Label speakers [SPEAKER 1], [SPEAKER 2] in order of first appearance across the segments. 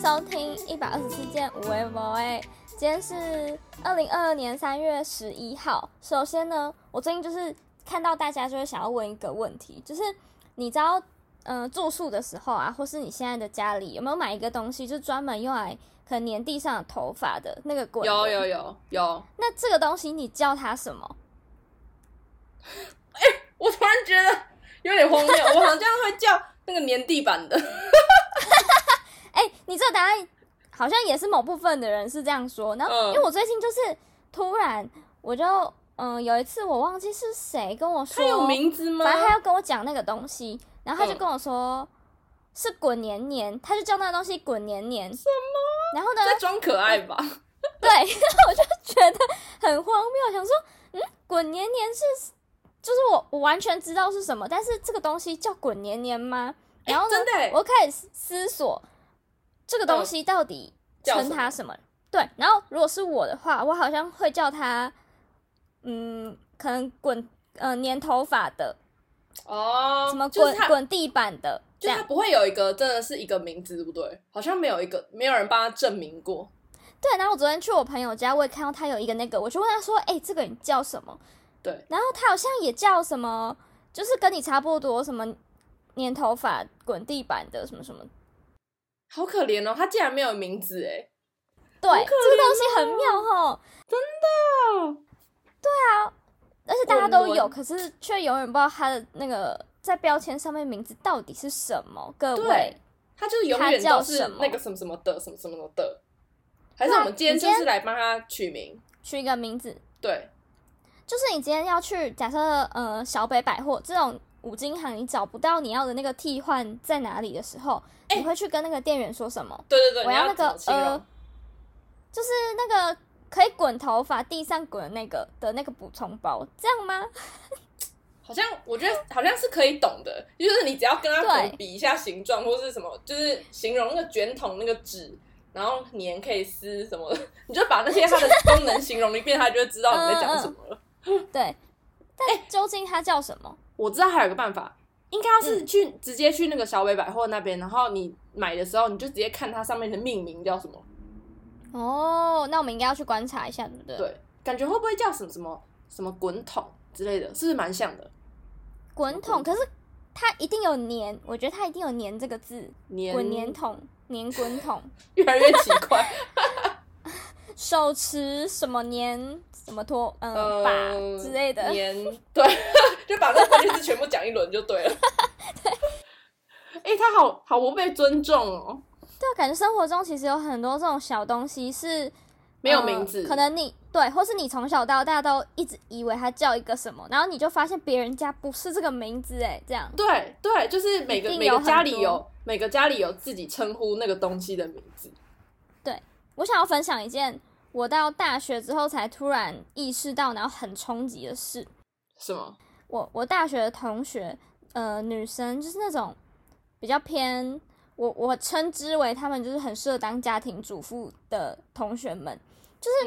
[SPEAKER 1] 收听一百二十四件无为不为。今天是二零二二年三月十一号。首先呢，我最近就是看到大家就会想要问一个问题，就是你知道，嗯、住宿的时候啊，或是你现在的家里有没有买一个东西，就专门用来可能粘地上的头发的那个滚？
[SPEAKER 2] 有有。有有，
[SPEAKER 1] 那这个东西你叫它什么？
[SPEAKER 2] 我突然觉得有点 荒谬，我好像会叫那个粘地板的，
[SPEAKER 1] 哎、你这个答案好像也是某部分的人是这样说。然后，
[SPEAKER 2] 嗯
[SPEAKER 1] 因为我最近就是突然，我就嗯、有一次我忘记是谁跟我说，
[SPEAKER 2] 它有名字吗？
[SPEAKER 1] 反正他要跟我讲那个东西，然后他就
[SPEAKER 2] 嗯
[SPEAKER 1] 跟我说、是滚黏黏，他就叫那个东西滚黏黏。什么？然后呢？
[SPEAKER 2] 在装可爱吧？
[SPEAKER 1] 对，然后我就觉得很荒谬，想说，嗯，滚黏黏是，就是我我完全知道是什么，但是这个东西叫滚黏黏吗？ 然后呢，
[SPEAKER 2] 真的欸
[SPEAKER 1] 我开始思索这个东西到底
[SPEAKER 2] 叫
[SPEAKER 1] 称
[SPEAKER 2] 什
[SPEAKER 1] 它
[SPEAKER 2] 么
[SPEAKER 1] 什么。对，然后如果是我的话，我好像会叫它，嗯，可能滚呃粘头发的，
[SPEAKER 2] 哦，
[SPEAKER 1] 什么
[SPEAKER 2] 就
[SPEAKER 1] 滚
[SPEAKER 2] 是它，
[SPEAKER 1] 滚地板的，这
[SPEAKER 2] 就是
[SPEAKER 1] 样
[SPEAKER 2] 它不会有一个真的是一个名字，对不对？好像没有一个，没有人帮它证明过。
[SPEAKER 1] 对，然后我昨天去我朋友家，我也看到他有一个那个，我就问他说：“哎、这个你叫什么？”
[SPEAKER 2] 对，
[SPEAKER 1] 然后他好像也叫什么，就是跟你差不多什么粘头发、滚地板的什么什么。
[SPEAKER 2] 好可怜哦，它竟然没有名字哎。
[SPEAKER 1] 对，这个东西很妙吼，啊
[SPEAKER 2] 哦，
[SPEAKER 1] 而且大家都
[SPEAKER 2] 滚
[SPEAKER 1] 有，
[SPEAKER 2] 轮
[SPEAKER 1] 可是却永远不知道它的那个在标签上面名字到底是什么。各位
[SPEAKER 2] 对，它就是永
[SPEAKER 1] 它
[SPEAKER 2] 远
[SPEAKER 1] 叫
[SPEAKER 2] 都是
[SPEAKER 1] 什么
[SPEAKER 2] 那个什么什么的，什么什么什么的。还是我们今天
[SPEAKER 1] 你今
[SPEAKER 2] 就
[SPEAKER 1] 天
[SPEAKER 2] 是来帮它取名？
[SPEAKER 1] 取一个名字，
[SPEAKER 2] 对，
[SPEAKER 1] 就是你今天要去假设呃小北百货这种五金行，你找不到你要的那个替换在哪里的时候，你会去跟那个店员说什么？
[SPEAKER 2] 对哎对对，
[SPEAKER 1] 我
[SPEAKER 2] 你
[SPEAKER 1] 要那
[SPEAKER 2] 怎
[SPEAKER 1] 个
[SPEAKER 2] 么形容
[SPEAKER 1] 呃就是那个可以滚头发、地上滚的那个的那个补充包，这样吗？
[SPEAKER 2] 好像我觉得好像是可以懂的，就是你只要跟它
[SPEAKER 1] 对
[SPEAKER 2] 比一下形状或是什么，就是形容那个卷筒那个纸，然后粘可以撕什么的，你就把那些它的功能形容一遍，它就会知道你在讲什么了。
[SPEAKER 1] 对，
[SPEAKER 2] 哎
[SPEAKER 1] 但究竟它叫什么？
[SPEAKER 2] 我知道还有个办法，应该要是去、直接去那个小北百货那边，然后你买的时候你就直接看它上面的命名叫什么，
[SPEAKER 1] 哦，那我们应该要去观察一下，对不对？
[SPEAKER 2] 嗯对，感觉会不会叫什么什么什么滚筒之类的，是不是蛮像的？
[SPEAKER 1] 滚筒，可是它一定有粘，我觉得它一定有粘这个字，
[SPEAKER 2] 粘
[SPEAKER 1] 滚粘筒、粘滚 筒、
[SPEAKER 2] 越来越奇怪，
[SPEAKER 1] 手持什么粘什么拖，嗯、
[SPEAKER 2] 呃，
[SPEAKER 1] 把之类的。
[SPEAKER 2] 年 对，就把那个关键字全部讲一轮就对了。 哎、他好好不被尊重哦，
[SPEAKER 1] 对，啊感觉生活中其实有很多这种小东西是
[SPEAKER 2] 没有
[SPEAKER 1] 呃
[SPEAKER 2] 名字，
[SPEAKER 1] 可能你对，或是你从小到大都一直以为它叫一个什么，然后你就发现别人家不是这个名字，哎，这样
[SPEAKER 2] 对对，就是每个
[SPEAKER 1] 一定
[SPEAKER 2] 每
[SPEAKER 1] 有
[SPEAKER 2] 个
[SPEAKER 1] 很
[SPEAKER 2] 家里
[SPEAKER 1] 多
[SPEAKER 2] 有每个家里有自己称呼那个东西的名字，
[SPEAKER 1] 我想要分享一件我到大学之后才突然意识到，然后很冲击的事。
[SPEAKER 2] 是吗？
[SPEAKER 1] 我我大学的同学，呃，女生就是那种比较偏，我我称之为他们就是很适合当家庭主妇的同学们，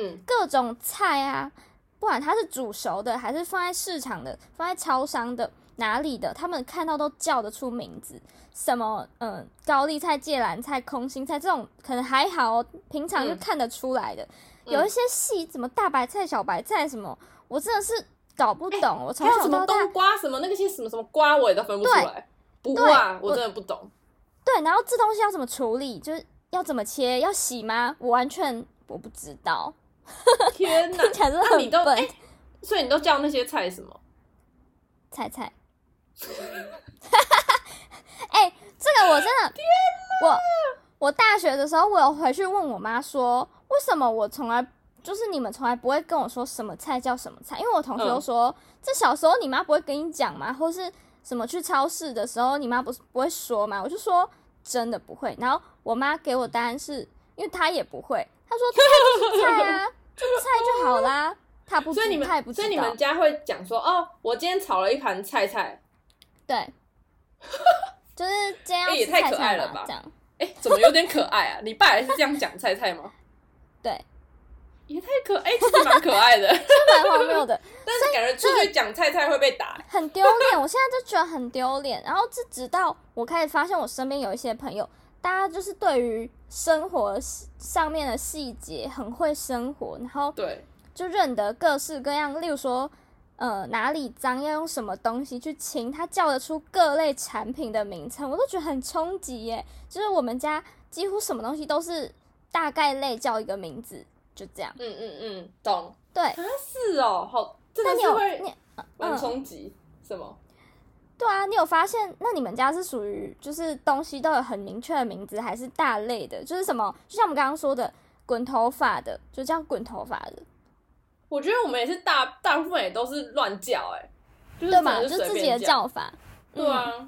[SPEAKER 2] 嗯，
[SPEAKER 1] 各种菜啊，不管它是煮熟的，还是放在市场的，放在超商的，哪里的，他们看到都叫得出名字。什么，嗯、高丽菜、芥蓝菜、空心菜这种，可能还好哦，平常就
[SPEAKER 2] 嗯
[SPEAKER 1] 看得出来的。
[SPEAKER 2] 嗯
[SPEAKER 1] 有一些细，什么大白菜、小白菜什么，我真的是搞不懂。我从
[SPEAKER 2] 哎还有
[SPEAKER 1] 小
[SPEAKER 2] 什
[SPEAKER 1] 到
[SPEAKER 2] 么
[SPEAKER 1] 大，
[SPEAKER 2] 冬瓜什么那个些什么什么瓜我也都分不出
[SPEAKER 1] 对
[SPEAKER 2] 来，不
[SPEAKER 1] 对
[SPEAKER 2] 啊，我
[SPEAKER 1] 我
[SPEAKER 2] 真的不懂。
[SPEAKER 1] 对，然后这东西要怎么处理，就是要怎么切，要洗吗？我完全我不知道，
[SPEAKER 2] 天哪
[SPEAKER 1] 听，起来真的
[SPEAKER 2] 那你
[SPEAKER 1] 很
[SPEAKER 2] 都
[SPEAKER 1] 笨。
[SPEAKER 2] 哎所以你都叫那些菜什么？
[SPEAKER 1] 菜菜。 哎、这个我真的，我我大学的时候，我有回去问我妈说，为什么我从来就是你们从来不会跟我说什么菜叫什么菜？因为我同学都
[SPEAKER 2] 嗯
[SPEAKER 1] 说，这小时候你妈不会跟你讲吗？或是什么去超市的时候，你妈不是不会说吗？我就说真的不会。然后我妈给我答案是，因为她也不会，她说菜就是菜 啊，就菜就好啦。她不知，
[SPEAKER 2] 所以你
[SPEAKER 1] 她也不
[SPEAKER 2] 们
[SPEAKER 1] 知
[SPEAKER 2] 所
[SPEAKER 1] 道。
[SPEAKER 2] 以你们家会讲说哦，我今天炒了一盘菜菜，
[SPEAKER 1] 对， 就是这样
[SPEAKER 2] 哎也
[SPEAKER 1] 吃
[SPEAKER 2] 太
[SPEAKER 1] 菜
[SPEAKER 2] 可
[SPEAKER 1] 菜
[SPEAKER 2] 爱
[SPEAKER 1] 嘛
[SPEAKER 2] 了吧
[SPEAKER 1] 这样
[SPEAKER 2] 哎、怎么有点可爱啊？你爸也是这样讲菜菜吗？
[SPEAKER 1] 对，
[SPEAKER 2] 也太可哎、其实蛮可爱的，
[SPEAKER 1] 是蛮荒谬的，
[SPEAKER 2] 但是感觉出去讲菜菜会被打。欸
[SPEAKER 1] 很丢脸。我现在就觉得很丢脸。然后这直到我开始发现我身边有一些朋友，大家就是对于生活上面的细节很会生活，然后
[SPEAKER 2] 对，
[SPEAKER 1] 就认得各式各样，例如说，呃，哪里脏要用什么东西去清，他叫得出各类产品的名称，我都觉得很冲击耶。就是我们家几乎什么东西都是大概类叫一个名字，就这样。
[SPEAKER 2] 嗯嗯嗯，懂。
[SPEAKER 1] 对，
[SPEAKER 2] 啊，是哦，好，真
[SPEAKER 1] 那
[SPEAKER 2] 的
[SPEAKER 1] 你
[SPEAKER 2] 是
[SPEAKER 1] 有嗯
[SPEAKER 2] 会
[SPEAKER 1] 你
[SPEAKER 2] 蛮冲击。什么？
[SPEAKER 1] 对啊，你有发现？那你们家是属于就是东西都有很明确的名字，还是大类的？就是什么？就像我们刚刚说的，滚头发的就叫滚头发的，
[SPEAKER 2] 我觉得我们也是大大部分也都是乱叫，哎，就是
[SPEAKER 1] 对吧？
[SPEAKER 2] 真
[SPEAKER 1] 就是
[SPEAKER 2] 的随
[SPEAKER 1] 自己
[SPEAKER 2] 便
[SPEAKER 1] 的叫嗯法。
[SPEAKER 2] 对啊，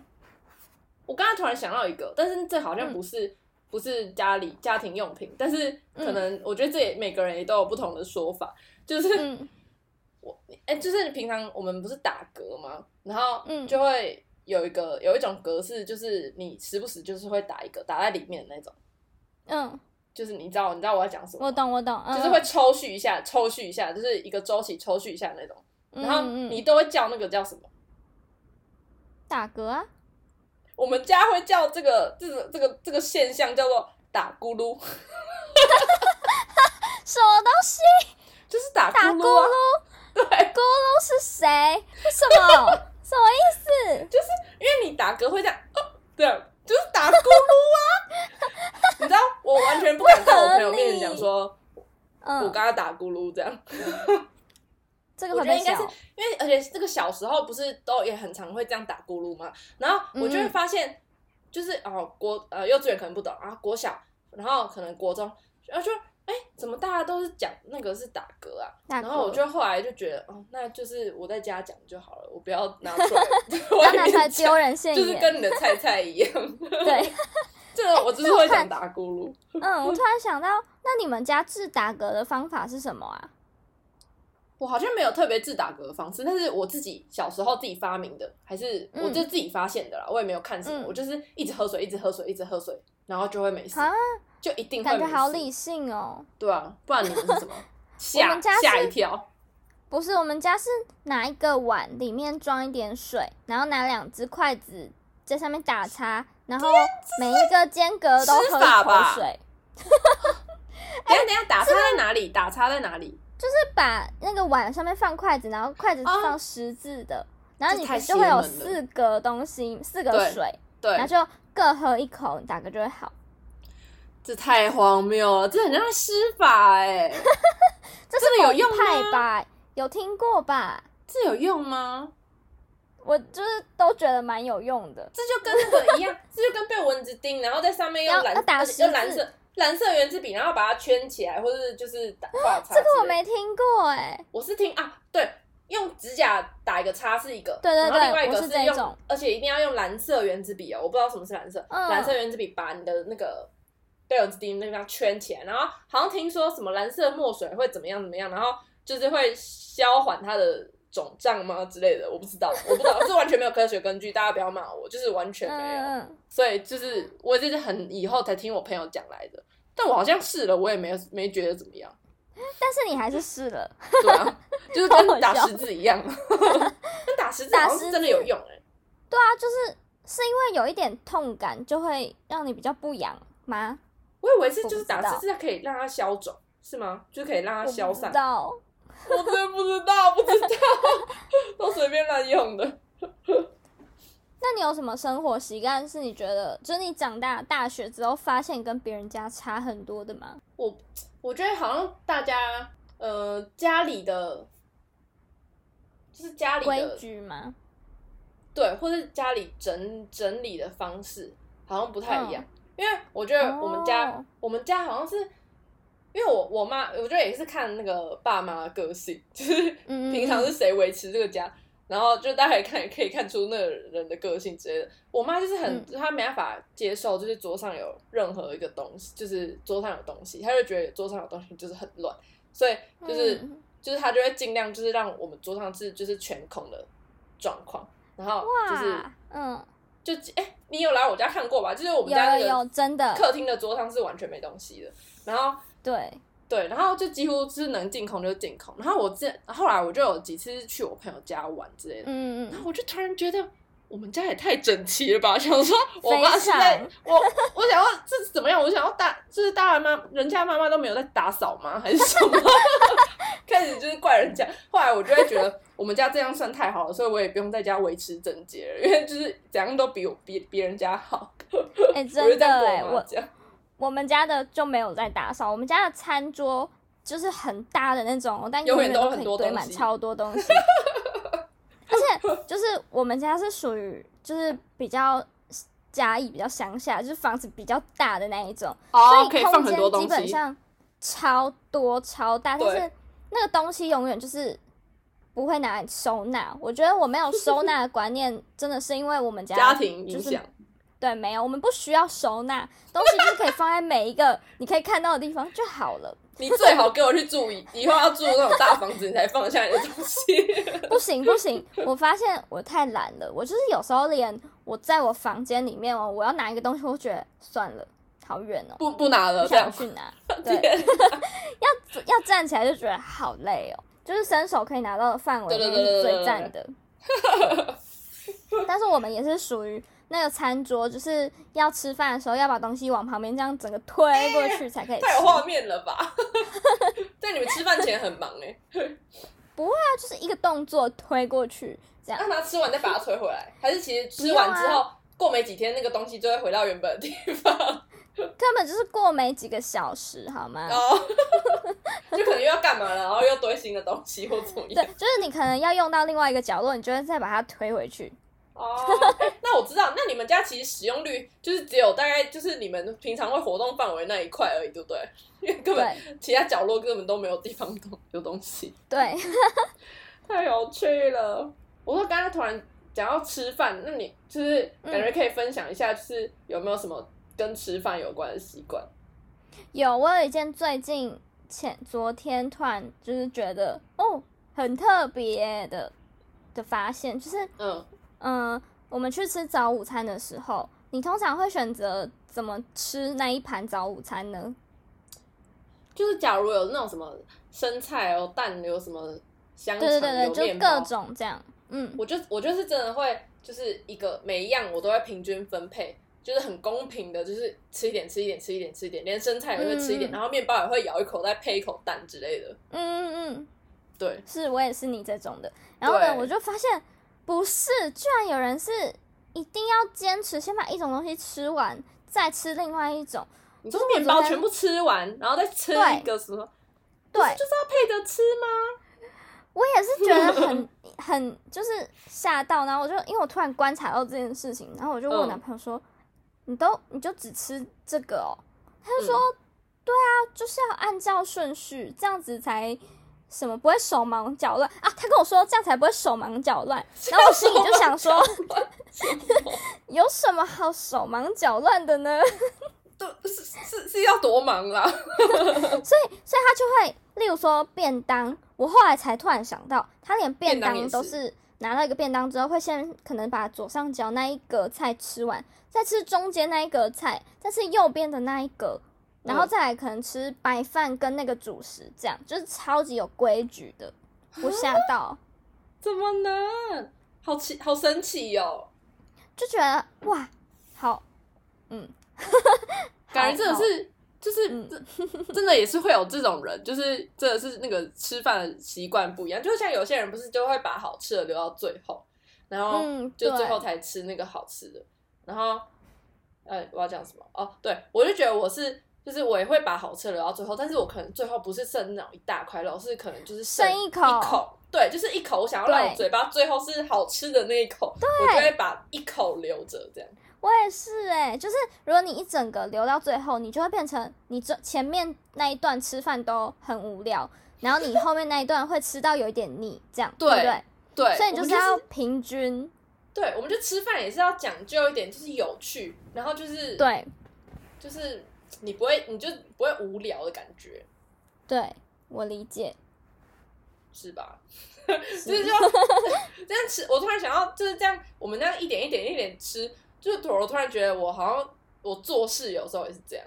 [SPEAKER 2] 我刚才突然想到一个，但是这好
[SPEAKER 1] 嗯
[SPEAKER 2] 像不是、不是家里家庭用品，但是
[SPEAKER 1] 嗯
[SPEAKER 2] 可能我觉得这也每个人也都有不同的说法，就是哎、
[SPEAKER 1] 嗯，嗯，
[SPEAKER 2] 诶哎就是平常我们不是打嗝吗？然后
[SPEAKER 1] 嗯
[SPEAKER 2] 就会有一个有一种嗝是就是你时不时就是会打一个打在里面的那种，
[SPEAKER 1] 嗯，
[SPEAKER 2] 就是你知道你知道我要讲什么吗？
[SPEAKER 1] 我懂，我懂，嗯、
[SPEAKER 2] 就是会抽蓄一下，抽蓄一下，就是一个周期抽蓄一下那种，
[SPEAKER 1] 嗯，
[SPEAKER 2] 然后
[SPEAKER 1] 嗯嗯
[SPEAKER 2] 你都会叫那个叫什么？
[SPEAKER 1] 打嗝啊，
[SPEAKER 2] 我们家会叫这个这个这个这个现象叫做打咕噜，
[SPEAKER 1] 什么东西？
[SPEAKER 2] 就是打
[SPEAKER 1] 打
[SPEAKER 2] 咕
[SPEAKER 1] 咕
[SPEAKER 2] 噜啊，
[SPEAKER 1] 噜
[SPEAKER 2] 对，
[SPEAKER 1] 都是谁？为什么？什么意思？
[SPEAKER 2] 因为你打嗝会这样，哦、这样就是打咕噜啊。 你知道，我完全不敢在我朋友面前讲说，我
[SPEAKER 1] 嗯，
[SPEAKER 2] 刚刚打咕噜这样，
[SPEAKER 1] 这个
[SPEAKER 2] 我
[SPEAKER 1] 会
[SPEAKER 2] 觉得
[SPEAKER 1] 被
[SPEAKER 2] 应该
[SPEAKER 1] 笑
[SPEAKER 2] 是。因为而且这个小时候不是都也很常会这样打咕噜嘛，然后我就
[SPEAKER 1] 嗯
[SPEAKER 2] 会发现，就是哦国呃幼稚园可能不懂，然后国小，然后可能国中，然后就哎、怎么大家都是讲那个是打嗝啊？
[SPEAKER 1] 打嗝
[SPEAKER 2] 然后我就后来就觉得哦，那就是我在家讲就好了，我不要拿出来
[SPEAKER 1] 不 要
[SPEAKER 2] 外
[SPEAKER 1] 拿出来
[SPEAKER 2] 面
[SPEAKER 1] 丢
[SPEAKER 2] 讲，
[SPEAKER 1] 人现
[SPEAKER 2] 就是
[SPEAKER 1] 眼，
[SPEAKER 2] 跟你的菜菜一样。
[SPEAKER 1] 对，
[SPEAKER 2] 这个我只是会讲打咕噜，
[SPEAKER 1] 嗯，我突然想到，那你们家治打嗝的方法是什么啊？
[SPEAKER 2] 我好像没有特别治打嗝的方式，但是我自己小时候自己发明的，还是
[SPEAKER 1] 嗯
[SPEAKER 2] 我就自己发现的啦，我也没有看什么，
[SPEAKER 1] 嗯
[SPEAKER 2] 我就是一直喝水，一直喝水，一直喝水，然后就会没事，
[SPEAKER 1] 啊，
[SPEAKER 2] 就一定会
[SPEAKER 1] 感
[SPEAKER 2] 没
[SPEAKER 1] 觉
[SPEAKER 2] 事，
[SPEAKER 1] 好理性哦。
[SPEAKER 2] 对啊，不然你们是 什么？
[SPEAKER 1] 我
[SPEAKER 2] 吓
[SPEAKER 1] 们家是
[SPEAKER 2] 吓一跳，
[SPEAKER 1] 不是，我们家是拿一个碗，里面装一点水，然后拿两只筷子在上面打叉，然后每一个间隔都
[SPEAKER 2] 吃
[SPEAKER 1] 喝
[SPEAKER 2] 法
[SPEAKER 1] 一
[SPEAKER 2] 吧
[SPEAKER 1] 口水，哎
[SPEAKER 2] 等一下等一下，打叉在哪里？打叉在哪里？
[SPEAKER 1] 就是把那个碗上面放筷子，然后筷子
[SPEAKER 2] 哦
[SPEAKER 1] 放十字的，然后
[SPEAKER 2] 这
[SPEAKER 1] 你
[SPEAKER 2] 太
[SPEAKER 1] 就会有
[SPEAKER 2] 邪门了
[SPEAKER 1] 四个东西，四个
[SPEAKER 2] 对
[SPEAKER 1] 水，
[SPEAKER 2] 对
[SPEAKER 1] 然后，就各喝一口，打嗝就会好。
[SPEAKER 2] 这太荒谬了，这很像施法哎、
[SPEAKER 1] 这是
[SPEAKER 2] 真的有
[SPEAKER 1] 某一
[SPEAKER 2] 用
[SPEAKER 1] 派吧？有听过吧？
[SPEAKER 2] 这有用吗？
[SPEAKER 1] 我就是都觉得蛮有用的。
[SPEAKER 2] 这就跟那个一样，这就跟被蚊子叮，然后在上面用
[SPEAKER 1] 要
[SPEAKER 2] 蓝
[SPEAKER 1] 要打
[SPEAKER 2] 而且用蓝
[SPEAKER 1] 十字
[SPEAKER 2] 色蓝色圆珠笔，然后把它圈起来，或者是就是打画
[SPEAKER 1] 这
[SPEAKER 2] 叉。
[SPEAKER 1] 个我，没听过哎、
[SPEAKER 2] 我是听啊，对，用指甲打一个叉是一个，
[SPEAKER 1] 对对
[SPEAKER 2] 然后
[SPEAKER 1] 对
[SPEAKER 2] 另外一
[SPEAKER 1] 我
[SPEAKER 2] 个
[SPEAKER 1] 是
[SPEAKER 2] 是
[SPEAKER 1] 这种
[SPEAKER 2] 用，而且一定要用蓝色圆珠笔哦，我不知道什么是蓝色，
[SPEAKER 1] 嗯
[SPEAKER 2] 蓝色圆珠笔把你的那个。被蚊子叮的那个地方圈起来，然后好像听说什么蓝色墨水会怎么样怎么样，然后就是会消缓它的肿胀吗之类的，我不知道，我不知道，这完全没有科学根据，大家不要骂我，就是完全
[SPEAKER 1] 嗯
[SPEAKER 2] 没有。
[SPEAKER 1] 嗯嗯，
[SPEAKER 2] 所以就是我就是很以后才听我朋友讲来的，但我好像试了，我也没有没觉得怎么样，
[SPEAKER 1] 但是你还是试 了，
[SPEAKER 2] 对啊，就是
[SPEAKER 1] 好
[SPEAKER 2] 跟
[SPEAKER 1] 好
[SPEAKER 2] 打
[SPEAKER 1] 笑
[SPEAKER 2] 十字一 样，跟打十字
[SPEAKER 1] 打
[SPEAKER 2] 好像是
[SPEAKER 1] 十
[SPEAKER 2] 真的有用哎、
[SPEAKER 1] 对啊，就是是因为有一点痛感，就会让你比较不痒吗？
[SPEAKER 2] 我以为是
[SPEAKER 1] 我
[SPEAKER 2] 就
[SPEAKER 1] 不
[SPEAKER 2] 是
[SPEAKER 1] 知
[SPEAKER 2] 打十
[SPEAKER 1] 道
[SPEAKER 2] 字可以让它消肿，是吗？就可以让
[SPEAKER 1] 我
[SPEAKER 2] 它
[SPEAKER 1] 不
[SPEAKER 2] 消
[SPEAKER 1] 知
[SPEAKER 2] 散？
[SPEAKER 1] 道，
[SPEAKER 2] 我真的不知道，不知道， 都随便乱用的。
[SPEAKER 1] 那你有什么生活习惯是你觉得，就是你长大大学之后发现跟别人家差很多的吗？
[SPEAKER 2] 我我觉得好像大家呃家里的就是家里
[SPEAKER 1] 规
[SPEAKER 2] 的
[SPEAKER 1] 矩吗？
[SPEAKER 2] 对，或是家里整整理的方式好像不太一样，因为我觉得我们家、
[SPEAKER 1] 嗯哦
[SPEAKER 2] 我们家好像是，因为我我妈，我觉得也是看那个爸妈的个性，就是
[SPEAKER 1] 嗯嗯
[SPEAKER 2] 平常是谁维持这个家，然后就大家也看可以看出那个人的个性之类的。我妈就是
[SPEAKER 1] 嗯
[SPEAKER 2] 很，她没办法接受，就是桌上有任何一个东西，就是桌上有东西，她就觉得桌上有东西就是很乱，所以就是、
[SPEAKER 1] 嗯
[SPEAKER 2] 就是她就会尽量就是让我们桌上是就是全空的状况，然后就是
[SPEAKER 1] 哇，嗯，
[SPEAKER 2] 就哎、你有来我家看过吧？就是我们
[SPEAKER 1] 有
[SPEAKER 2] 家
[SPEAKER 1] 有
[SPEAKER 2] 那
[SPEAKER 1] 有，
[SPEAKER 2] 个
[SPEAKER 1] 真的，
[SPEAKER 2] 客厅的桌上是完全没东西的，然后
[SPEAKER 1] 对，
[SPEAKER 2] 对，然后就几乎是能进空就进空。然后我之后来我就有几次去我朋友家玩之类的，
[SPEAKER 1] 嗯嗯
[SPEAKER 2] 然
[SPEAKER 1] 嗯，
[SPEAKER 2] 后我就突然觉得我们家也太整齐了吧！想 说我妈是在
[SPEAKER 1] 非常
[SPEAKER 2] 我，我想要这是怎么样？我想要大，这是大人妈，人家妈妈都没有在打扫吗？还是什么？ 开始就是怪人家。后来我就会觉得我们家这样算太好了，所以我也不用在家维持整洁了，因为就是怎样都比我比别人家好。
[SPEAKER 1] 哎、
[SPEAKER 2] 我就
[SPEAKER 1] 真
[SPEAKER 2] 这
[SPEAKER 1] 的
[SPEAKER 2] 样
[SPEAKER 1] 哎、
[SPEAKER 2] 跟我妈
[SPEAKER 1] 我
[SPEAKER 2] 讲，
[SPEAKER 1] 我们家的就没有在打扫，我们家的餐桌就是很大的那种，但
[SPEAKER 2] 永
[SPEAKER 1] 永
[SPEAKER 2] 远
[SPEAKER 1] 远
[SPEAKER 2] 都
[SPEAKER 1] 都
[SPEAKER 2] 很
[SPEAKER 1] 可
[SPEAKER 2] 多
[SPEAKER 1] 以堆
[SPEAKER 2] 东
[SPEAKER 1] 满
[SPEAKER 2] 西
[SPEAKER 1] 超多 东西。而且就是我们家是属于就是比较家义比较乡下，就是房子比较大的那一种，
[SPEAKER 2] 哦，
[SPEAKER 1] 所
[SPEAKER 2] 可以
[SPEAKER 1] 以
[SPEAKER 2] 放
[SPEAKER 1] 空
[SPEAKER 2] 很多
[SPEAKER 1] 间基
[SPEAKER 2] 东
[SPEAKER 1] 本
[SPEAKER 2] 西。
[SPEAKER 1] 上超多超大，但
[SPEAKER 2] 对
[SPEAKER 1] 是那个东西永远就是不会拿来收纳。我觉得我没有收纳的观念，真的是因为我们家
[SPEAKER 2] 家庭
[SPEAKER 1] 就
[SPEAKER 2] 影
[SPEAKER 1] 是
[SPEAKER 2] 响，
[SPEAKER 1] 对，没有，我们不需要收纳，东西就是可以放在每一个你可以看到的地方就好了。
[SPEAKER 2] 你最好给我去住，以以后要住那种大房子，你才放得下你的东西。
[SPEAKER 1] 不行不行，我发现我太懒了，我就是有时候连我在我房间里面哦，我要拿一个东西，我觉得算了，好远哦，
[SPEAKER 2] 不不拿了，
[SPEAKER 1] 不
[SPEAKER 2] 这样
[SPEAKER 1] 想。去 拿。对，
[SPEAKER 2] 天
[SPEAKER 1] 要要站起来就觉得好累哦，就是伸手可以拿到的范围
[SPEAKER 2] 对对
[SPEAKER 1] 内
[SPEAKER 2] 对对
[SPEAKER 1] 是
[SPEAKER 2] 对
[SPEAKER 1] 最赞的。 对但是我们也是属于那个餐桌，就是要吃饭的时候要把东西往旁边这样整个推过去才可以吃。
[SPEAKER 2] 太有画面了吧！ 在你们吃饭前很忙 哎、
[SPEAKER 1] 它就是一个动作推过去这样
[SPEAKER 2] 让。他吃完再把它推回来，还是其实吃
[SPEAKER 1] 不用
[SPEAKER 2] 完
[SPEAKER 1] 啊
[SPEAKER 2] 之后、过没几天那个东西就会回到原本 的地方
[SPEAKER 1] 根本就是过没几个小时，好吗？
[SPEAKER 2] 呃哦， 就可能又要干嘛了，然后又堆新的东西或怎 么
[SPEAKER 1] 对
[SPEAKER 2] 样，
[SPEAKER 1] 就是你可能要用到另外一个角落，你就会再把它推回去。
[SPEAKER 2] 哦。那我知道，那你们家其实使用率就是只有大概就是你们平常会活动范围那一块而已，对不对？因为根本
[SPEAKER 1] 对
[SPEAKER 2] 其他角落根本都没有地方东有东西。
[SPEAKER 1] 对，
[SPEAKER 2] 太有趣了！我说刚才突然讲到吃饭，那你就是
[SPEAKER 1] 嗯
[SPEAKER 2] 感觉可以分享一下，就是有没有什么跟吃饭有关的习惯？
[SPEAKER 1] 有我有一件最近前昨天突然就是觉得哦很特别的的发现，就是
[SPEAKER 2] 嗯，
[SPEAKER 1] 嗯、呃我们去吃早午餐的时候，你通常会选择怎么吃那一盘早午餐呢？
[SPEAKER 2] 就是假如有那种什么生菜哦、蛋有什么香肠、
[SPEAKER 1] 对对对
[SPEAKER 2] 有
[SPEAKER 1] 对，就
[SPEAKER 2] 面包
[SPEAKER 1] 各种这样，嗯，
[SPEAKER 2] 我就我就是真的会，就是一个每一样我都会平均分配，就是很公平的，就是吃一点吃一点吃一点吃一点，连生菜也会吃一点，
[SPEAKER 1] 嗯
[SPEAKER 2] 然后面包也会咬一口，再配一口蛋之类的。
[SPEAKER 1] 嗯嗯嗯，
[SPEAKER 2] 对，
[SPEAKER 1] 是我也是你这种的。然后呢，
[SPEAKER 2] 对
[SPEAKER 1] 我就发现不是，居然有人是一定要坚持先把一种东西吃完，再吃另外一种。
[SPEAKER 2] 你说
[SPEAKER 1] 就是我
[SPEAKER 2] 面包
[SPEAKER 1] 昨天
[SPEAKER 2] 全部吃完，然后再吃
[SPEAKER 1] 对
[SPEAKER 2] 一个什么？
[SPEAKER 1] 对
[SPEAKER 2] 不是就是要配着吃吗？
[SPEAKER 1] 我也是觉得 很很就是吓到，然后我就因为我突然观察到这件事情，然后我就问我
[SPEAKER 2] 嗯
[SPEAKER 1] 男朋友说：“你都你就只吃这个哦？”他就说：“
[SPEAKER 2] 嗯
[SPEAKER 1] 对啊，就是要按照顺序，这样子才什么不会手忙脚乱啊。”他跟我说这样才不会手忙脚乱，然后我心里就想说。有什么好手忙脚乱的呢？
[SPEAKER 2] 对，是是是要多忙啦？
[SPEAKER 1] 所以他就会，例如说便当，我后来才突然想到，他连便
[SPEAKER 2] 便
[SPEAKER 1] 当
[SPEAKER 2] 当
[SPEAKER 1] 都
[SPEAKER 2] 也
[SPEAKER 1] 是拿到一个便当之后，会先可能把左上角那一格菜吃完，再吃中间那一格菜，再吃右边的那一格，然后
[SPEAKER 2] 嗯
[SPEAKER 1] 再来可能吃白饭跟那个主食，这样就是超级有规矩的，我吓 到，
[SPEAKER 2] 怎么能？好奇，好神奇哦！
[SPEAKER 1] 就觉得哇，好，嗯，
[SPEAKER 2] 感觉真的
[SPEAKER 1] 好嗯
[SPEAKER 2] 是，就是、这 真的也是会有这种人，就是真的是那个吃饭的习惯不一样。就像有些人不是就会把好吃的留到最后，然后
[SPEAKER 1] 嗯
[SPEAKER 2] 哦就
[SPEAKER 1] 对
[SPEAKER 2] 最后才吃那个好吃的。然后，呃，我要讲什么？哦，对，我就觉得我是。就是我也会把好吃的留到最后，但是我可能最后不是剩那种一大块肉，是可能就是
[SPEAKER 1] 剩一
[SPEAKER 2] 一
[SPEAKER 1] 口
[SPEAKER 2] 口，对，就是一口。我想要让我
[SPEAKER 1] 对
[SPEAKER 2] 嘴巴最后是好吃的那一口，我就会把一口留着，这样。
[SPEAKER 1] 我也是哎、就是如果你一整个留到最后，你就会变成你这前面那一段吃饭都很无聊，然后你后面那一段会吃到有一点腻，这样
[SPEAKER 2] 对
[SPEAKER 1] 不对？
[SPEAKER 2] 对，
[SPEAKER 1] 所以你
[SPEAKER 2] 我
[SPEAKER 1] 就
[SPEAKER 2] 们
[SPEAKER 1] 是要平均，
[SPEAKER 2] 对，我们就吃饭也是要讲究一点，就是有趣，然后就是，
[SPEAKER 1] 对
[SPEAKER 2] 就是你不会，你就不会无聊的感觉，
[SPEAKER 1] 对，我理解。
[SPEAKER 2] 是吧？就是就这样吃，我突然想要就是这样，我们这样一点一点一点吃，就是突我突然觉得我好像我做事有时候也是这样，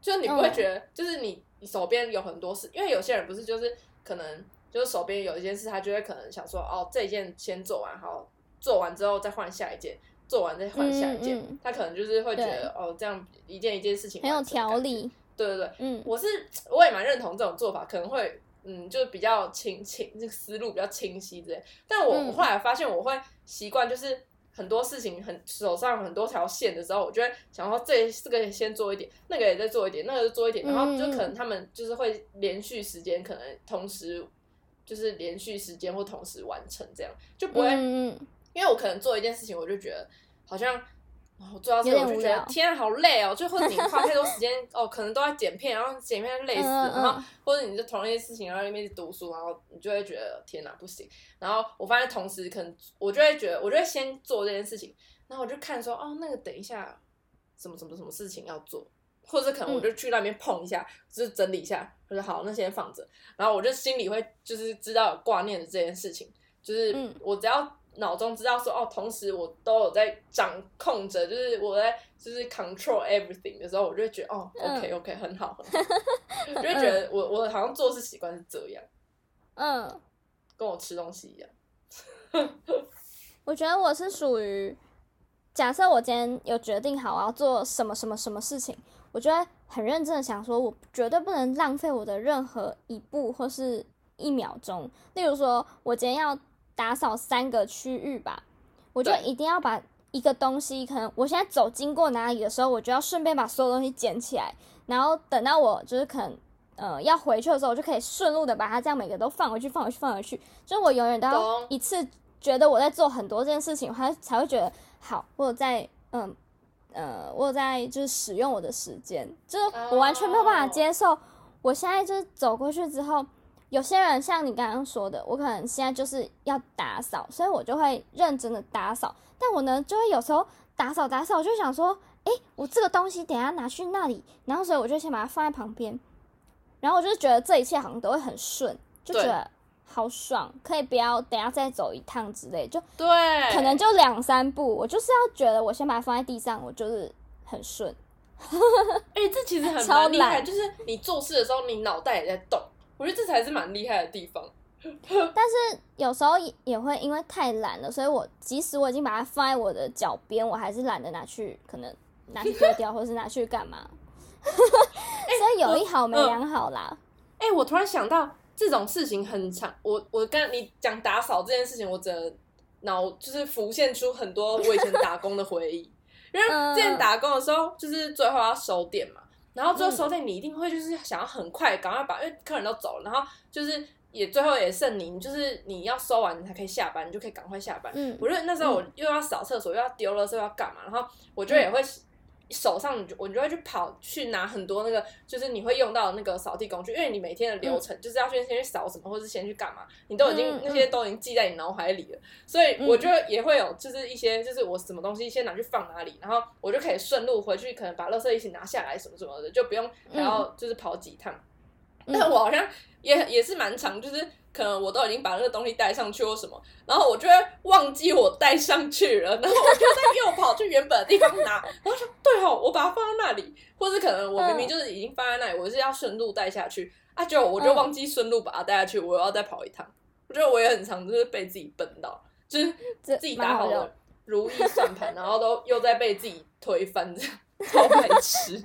[SPEAKER 2] 就是你不会
[SPEAKER 1] 嗯
[SPEAKER 2] 觉得，就是你你手边有很多事，因为有些人不是就是可能就是手边有一件事，他就会可能想说哦这一件先做完，好做完之后再换下一件，做完再换下一件，
[SPEAKER 1] 嗯嗯
[SPEAKER 2] 他可能就是会觉得
[SPEAKER 1] 对
[SPEAKER 2] 哦，这样一件一件事情
[SPEAKER 1] 很有
[SPEAKER 2] 完成的感
[SPEAKER 1] 条
[SPEAKER 2] 觉。
[SPEAKER 1] 理，
[SPEAKER 2] 对对对，
[SPEAKER 1] 嗯，
[SPEAKER 2] 我是我也蛮认同这种做法，可能会嗯，就是比较清清，这个思路比较清晰之类。但我、
[SPEAKER 1] 嗯
[SPEAKER 2] 我后来发现，我会习惯就是很多事情很手上很多条线的时候，我就会想说这这个先做一点，那个也再做一点，那个就做一点，然后就
[SPEAKER 1] 嗯嗯
[SPEAKER 2] 可能他们就是会连续时间，可能同时就是连续时间或同时完成这样，就不会、
[SPEAKER 1] 嗯嗯
[SPEAKER 2] 因为我可能做一件事情，我就觉得好像哦我做到这
[SPEAKER 1] 有
[SPEAKER 2] 个，
[SPEAKER 1] 点
[SPEAKER 2] 我就
[SPEAKER 1] 无
[SPEAKER 2] 觉得
[SPEAKER 1] 聊
[SPEAKER 2] 天啊，好累哦，就或者你花太多时间哦，可能都在剪片，然后剪片就累死
[SPEAKER 1] 嗯
[SPEAKER 2] 了，
[SPEAKER 1] 嗯嗯
[SPEAKER 2] 然后或者你就同一件事情，然后在那边一直读书，然后你就会觉得天哪不行。然后我发现同时可能我就会觉得，我就会先做这件事情，然后我就看说哦，那个等一下什么什么什么事情要做。或者可能我就去那边碰一下，就是整理一下，我说好，那先放着。然后我就心里会就是知道有挂念的这件事情，就是
[SPEAKER 1] 嗯
[SPEAKER 2] 我只要脑中知道说哦，同时我都有在掌控着，就是我在就是 control everything 的时候，我就会觉得哦
[SPEAKER 1] 嗯
[SPEAKER 2] ，OK OK，很好，很好我就会觉得我我好像做事习惯是这样，
[SPEAKER 1] 嗯。
[SPEAKER 2] 跟我吃东西一样。
[SPEAKER 1] 我觉得我是属于，假设我今天有决定好我要做什么什么什么事情，我就会很认真的想说，我绝对不能浪费我的任何一步或是一秒钟。例如说，我今天要打扫三个区域吧，我就
[SPEAKER 2] 对
[SPEAKER 1] 一定要把一个东西，可能我现在走经过哪里的时候，我就要顺便把所有东西捡起来，然后等到我就是可能。呃，要回去的时候，我就可以顺路的把它这样每个都放回去，放回去，放回去。就是我永远都要
[SPEAKER 2] 懂
[SPEAKER 1] 一次觉得我在做很多件事情，我还才会觉得好，我有在嗯呃，我有在就是使用我的时间，就是我完全没有办法
[SPEAKER 2] 哦
[SPEAKER 1] 接受。我现在就是走过去之后，有些人像你刚刚说的，我可能现在就是要打扫，所以我就会认真的打扫。但我呢，就会有时候打扫打扫，我就想说，诶，我这个东西等一下拿去那里，然后所以我就先把它放在旁边，然后我就觉得这一切好像都会很顺，就觉
[SPEAKER 2] 对
[SPEAKER 1] 得好爽，可以不要等一下再走一趟之类，就
[SPEAKER 2] 对，
[SPEAKER 1] 可能就两三步，我就是要觉得我先把它放在地上，我就是很顺。
[SPEAKER 2] 哎、这其实很
[SPEAKER 1] 超
[SPEAKER 2] 蛮厉害，
[SPEAKER 1] 懒
[SPEAKER 2] 就是你做事的时候，你脑袋也在动，我觉得这才是蛮厉害的地方。
[SPEAKER 1] 有时候也也会因为太懒了，所以我即使我已经把它放在我的脚边，我还是懒得拿去，可能拿去丢掉，或是拿去干嘛。 所以有一好没两好啦。
[SPEAKER 2] 哎、我突然想到这种事情很长，我我跟你讲打扫这件事情，我整个脑就是浮现出很多我以前打工的回忆。因为之前打工的时候，就是最后要收店嘛，然后最后收店你一定会就是想要很快赶快把，因为客人都走了，然后就是也最后也剩你，就是你要收完你才可以下班，你就可以赶快下班。
[SPEAKER 1] 嗯嗯
[SPEAKER 2] 我就那时候我又要扫厕所，又要丢了，圾，又要干嘛，然后我就也会手上，我就会去跑去拿很多那个，就是你会用到的那个扫地工具，因为你每天的流程就是要先先去扫什么，或是先去干嘛，你都已经、
[SPEAKER 1] 嗯嗯嗯
[SPEAKER 2] 那些都已经记在你脑海里了，所以我就也会有就是一些就是我什么东西先拿去放哪里，然后我就可以顺路回去，可能把垃圾一起拿下来什么什么的，就不用还要就是跑几趟。
[SPEAKER 1] 嗯
[SPEAKER 2] 但我好像也也是蛮长，就是可能我都已经把那个东西带上去或什么，然后我就会忘记我带上去了，然后我就再又跑去原本的地方拿， 然后说对哦，我把它放到那里，或是可能我
[SPEAKER 1] 嗯
[SPEAKER 2] 明明就是已经放在那里，我是要顺路带下去，啊，结果我就
[SPEAKER 1] 嗯
[SPEAKER 2] 忘记顺路把它带下去，我又要再跑一趟。我觉得我也很常就是被自己笨到，就是
[SPEAKER 1] 这
[SPEAKER 2] 自己
[SPEAKER 1] 蛮
[SPEAKER 2] 打
[SPEAKER 1] 好哦
[SPEAKER 2] 好
[SPEAKER 1] 笑
[SPEAKER 2] 了如意算盘，然后都又在被自己推翻，这样超白痴。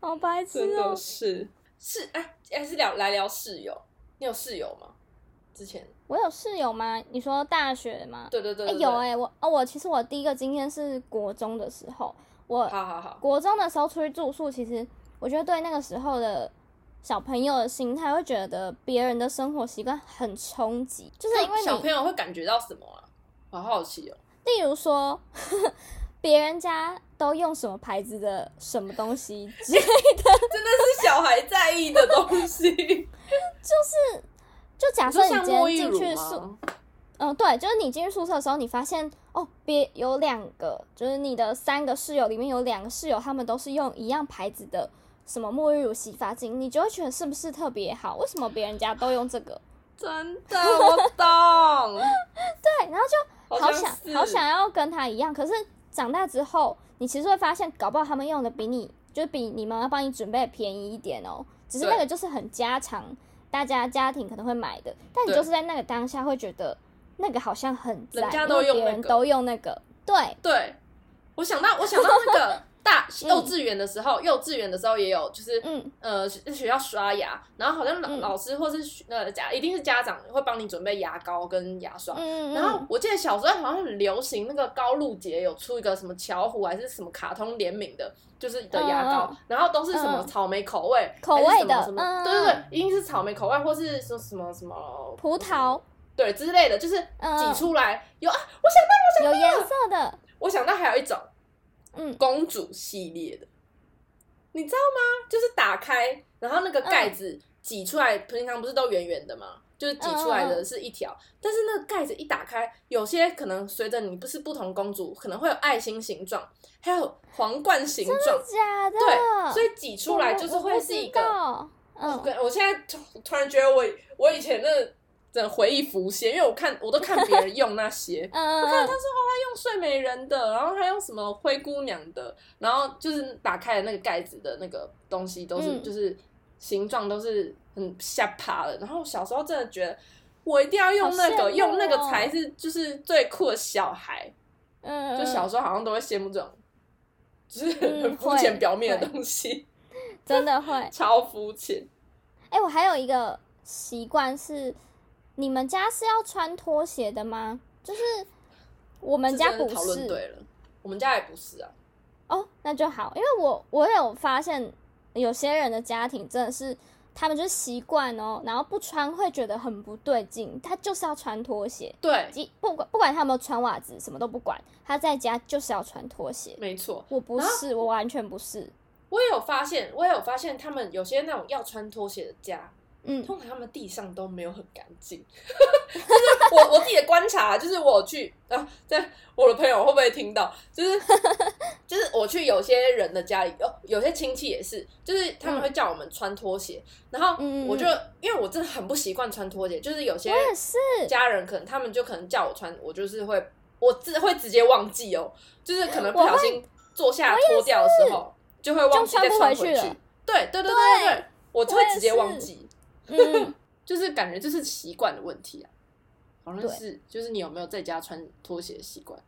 [SPEAKER 1] 好白痴
[SPEAKER 2] 真
[SPEAKER 1] 哦、
[SPEAKER 2] 的是是哎，还是聊来聊室友。你有室友吗？之前
[SPEAKER 1] 我有室友吗？你说大学吗？
[SPEAKER 2] 对对对
[SPEAKER 1] 哎、
[SPEAKER 2] 对对
[SPEAKER 1] 有哎、我哦，我其实我第一个经验是国中的时候，我
[SPEAKER 2] 好好好，
[SPEAKER 1] 国中的时候出去住宿，其实我觉得对那个时候的小朋友的心态，会觉得别人的生活习惯很冲击，就是因为
[SPEAKER 2] 小
[SPEAKER 1] 你
[SPEAKER 2] 朋友会感觉到什么啊？好好奇哦。
[SPEAKER 1] 例如说， 别人家都用什么牌子的什么东西之 类，
[SPEAKER 2] 真的是小孩在意的 东西。
[SPEAKER 1] 就假设
[SPEAKER 2] 说
[SPEAKER 1] 你
[SPEAKER 2] 像
[SPEAKER 1] 今
[SPEAKER 2] 沐浴
[SPEAKER 1] 天进
[SPEAKER 2] 乳
[SPEAKER 1] 去宿，
[SPEAKER 2] 吗？
[SPEAKER 1] 嗯、对，就是你进去宿舍的时候，你发现哦，别有两个，就是你的三个室友里面有两个室友，他们都是用一样牌子的什么沐浴乳、洗发精，你就会觉得是不是特别好？为什么别人家都用这个？
[SPEAKER 2] 真的，我懂。
[SPEAKER 1] 对，然后就好
[SPEAKER 2] 像
[SPEAKER 1] 想
[SPEAKER 2] 是
[SPEAKER 1] 好想要跟他一样，可是长大之后，你其实会发现，搞不好他们用的比你就是比你妈妈帮你准备的便宜一点哦。只是
[SPEAKER 2] 对
[SPEAKER 1] 那个就是很家常，大家家庭可能会买的，但你
[SPEAKER 2] 对
[SPEAKER 1] 就是在那个当下会觉得那个好像很赞，
[SPEAKER 2] 人家
[SPEAKER 1] 因
[SPEAKER 2] 都
[SPEAKER 1] 为
[SPEAKER 2] 用
[SPEAKER 1] 别
[SPEAKER 2] 那
[SPEAKER 1] 人
[SPEAKER 2] 个
[SPEAKER 1] 都用那个，对，
[SPEAKER 2] 对，我想到我想到那个 大幼稚园的时候，幼稚园的时候也有，就是
[SPEAKER 1] 嗯，
[SPEAKER 2] 呃学学校刷牙，然后好像老、
[SPEAKER 1] 嗯
[SPEAKER 2] 老师或是学呃家一定是家长会帮你准备牙膏跟牙刷。
[SPEAKER 1] 嗯，
[SPEAKER 2] 然后
[SPEAKER 1] 嗯
[SPEAKER 2] 我记得小时候好像很流行那个高露洁有出一个什么巧虎还是什么卡通联名的，就是的牙膏，
[SPEAKER 1] 嗯嗯
[SPEAKER 2] 然后都是什么
[SPEAKER 1] 嗯嗯
[SPEAKER 2] 草莓口味，
[SPEAKER 1] 口味
[SPEAKER 2] 还是什么
[SPEAKER 1] 的
[SPEAKER 2] 什么，
[SPEAKER 1] 嗯嗯
[SPEAKER 2] 对对对，一定是草莓口味或是说什么什么
[SPEAKER 1] 葡萄
[SPEAKER 2] 对之类的，就是
[SPEAKER 1] 嗯
[SPEAKER 2] 挤出来有啊，我想到
[SPEAKER 1] 有颜色的，
[SPEAKER 2] 我想到还有一种
[SPEAKER 1] 嗯，
[SPEAKER 2] 公主系列的，你知道吗？就是打开，然后那个盖
[SPEAKER 1] 嗯
[SPEAKER 2] 子挤出来，平常不是都圆圆的吗？就是挤出来
[SPEAKER 1] 嗯嗯
[SPEAKER 2] 的
[SPEAKER 1] 嗯
[SPEAKER 2] 是一条，但是那个盖子一打开，有些可能随着你不是不同公主，可能会有爱心形状，还有皇冠形状，
[SPEAKER 1] 假的，
[SPEAKER 2] 对，所以挤出来
[SPEAKER 1] 我
[SPEAKER 2] 就是
[SPEAKER 1] 我
[SPEAKER 2] 会
[SPEAKER 1] 不
[SPEAKER 2] 是一
[SPEAKER 1] 知
[SPEAKER 2] 个。
[SPEAKER 1] 道嗯，
[SPEAKER 2] 对，我现在突突然觉得我我以前那的回忆浮现，因为我看我都看别人用那些，
[SPEAKER 1] 嗯，
[SPEAKER 2] 看他说哦，他用睡美人的，然后他用什么灰姑娘的，然后就是打开的那个盖子的那个东西都是、
[SPEAKER 1] 嗯
[SPEAKER 2] 就是形状都是很吓趴的。然后我小时候真的觉得我一定要用那
[SPEAKER 1] 好羡
[SPEAKER 2] 个，
[SPEAKER 1] 慕哦
[SPEAKER 2] 用那个才是就是最酷的小孩。
[SPEAKER 1] 嗯，
[SPEAKER 2] 就
[SPEAKER 1] 嗯
[SPEAKER 2] 小时候好像都会羡慕这种，就是
[SPEAKER 1] 嗯
[SPEAKER 2] 很肤浅
[SPEAKER 1] 会
[SPEAKER 2] 表面的
[SPEAKER 1] 会
[SPEAKER 2] 东西，
[SPEAKER 1] 嗯真的会，
[SPEAKER 2] 超 肤浅。
[SPEAKER 1] 哎、我还有一个习惯是，你们家是要穿拖鞋的吗？就是我们
[SPEAKER 2] 这
[SPEAKER 1] 家
[SPEAKER 2] 真的
[SPEAKER 1] 不
[SPEAKER 2] 讨论
[SPEAKER 1] 是
[SPEAKER 2] 对了，我们家也不是啊。
[SPEAKER 1] 哦，那就好，因为我我有发现有些人的家庭真的是他们就是习惯哦，然后不穿会觉得很不对劲，他就是要穿拖鞋，
[SPEAKER 2] 对，
[SPEAKER 1] 即不管不管他有没有穿袜子，什么都不管，他在家就是要穿拖鞋。
[SPEAKER 2] 没错，
[SPEAKER 1] 我不
[SPEAKER 2] 然后
[SPEAKER 1] 是，我完全不是，
[SPEAKER 2] 我也有发现，我也有发现，他们有些那种要穿拖鞋的家，
[SPEAKER 1] 嗯
[SPEAKER 2] 通常他们地上都没有很干净。 就是我我自己的观察，就是我去啊，在我的朋友会不会听到？就是就是我去有些人的家里，有有些亲戚也是，就是他们会叫我们穿拖鞋，然后
[SPEAKER 1] 嗯嗯嗯嗯
[SPEAKER 2] 我就因为我真的很不习惯穿拖鞋，就是有些
[SPEAKER 1] 我也是，
[SPEAKER 2] 家人可能他们就可能叫我穿，我就是会我自会直接忘记哦，就是可能不
[SPEAKER 1] 我
[SPEAKER 2] 小
[SPEAKER 1] 会
[SPEAKER 2] 心坐下脱掉的时候，就会忘记
[SPEAKER 1] 就
[SPEAKER 2] 再
[SPEAKER 1] 穿不
[SPEAKER 2] 穿
[SPEAKER 1] 回
[SPEAKER 2] 去
[SPEAKER 1] 去了
[SPEAKER 2] 对对对对对
[SPEAKER 1] 对
[SPEAKER 2] 对，我就
[SPEAKER 1] 我
[SPEAKER 2] 会
[SPEAKER 1] 也
[SPEAKER 2] 直接忘
[SPEAKER 1] 是
[SPEAKER 2] 记，
[SPEAKER 1] 嗯，
[SPEAKER 2] 就是感觉这是习惯的问题啊，好像
[SPEAKER 1] 对
[SPEAKER 2] 是就是你有没有在家穿拖鞋的习惯？